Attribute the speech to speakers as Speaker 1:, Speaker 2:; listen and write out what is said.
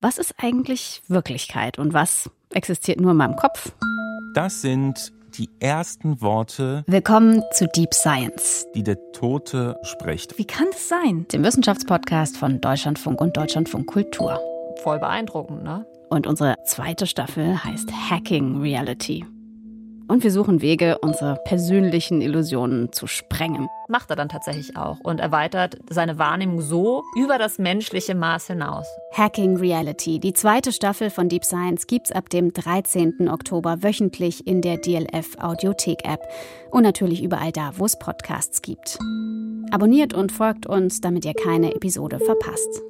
Speaker 1: Was ist eigentlich Wirklichkeit und was existiert nur in meinem Kopf?
Speaker 2: Das sind die ersten Worte,
Speaker 1: Willkommen zu Deep Science.
Speaker 2: die der Tote spricht.
Speaker 1: Wie kann das sein? Dem Wissenschaftspodcast von Deutschlandfunk und Deutschlandfunk Kultur.
Speaker 3: Voll beeindruckend, ne?
Speaker 1: Und unsere zweite Staffel heißt Hacking Reality. Und wir suchen Wege, unsere persönlichen Illusionen zu sprengen.
Speaker 3: Macht er dann tatsächlich auch und erweitert seine Wahrnehmung so über das menschliche Maß hinaus.
Speaker 1: Hacking Reality, die zweite Staffel von Deep Science, gibt's ab dem 13. Oktober wöchentlich in der DLF Audiothek App und natürlich überall da, wo es Podcasts gibt. Abonniert und folgt uns, damit ihr keine Episode verpasst.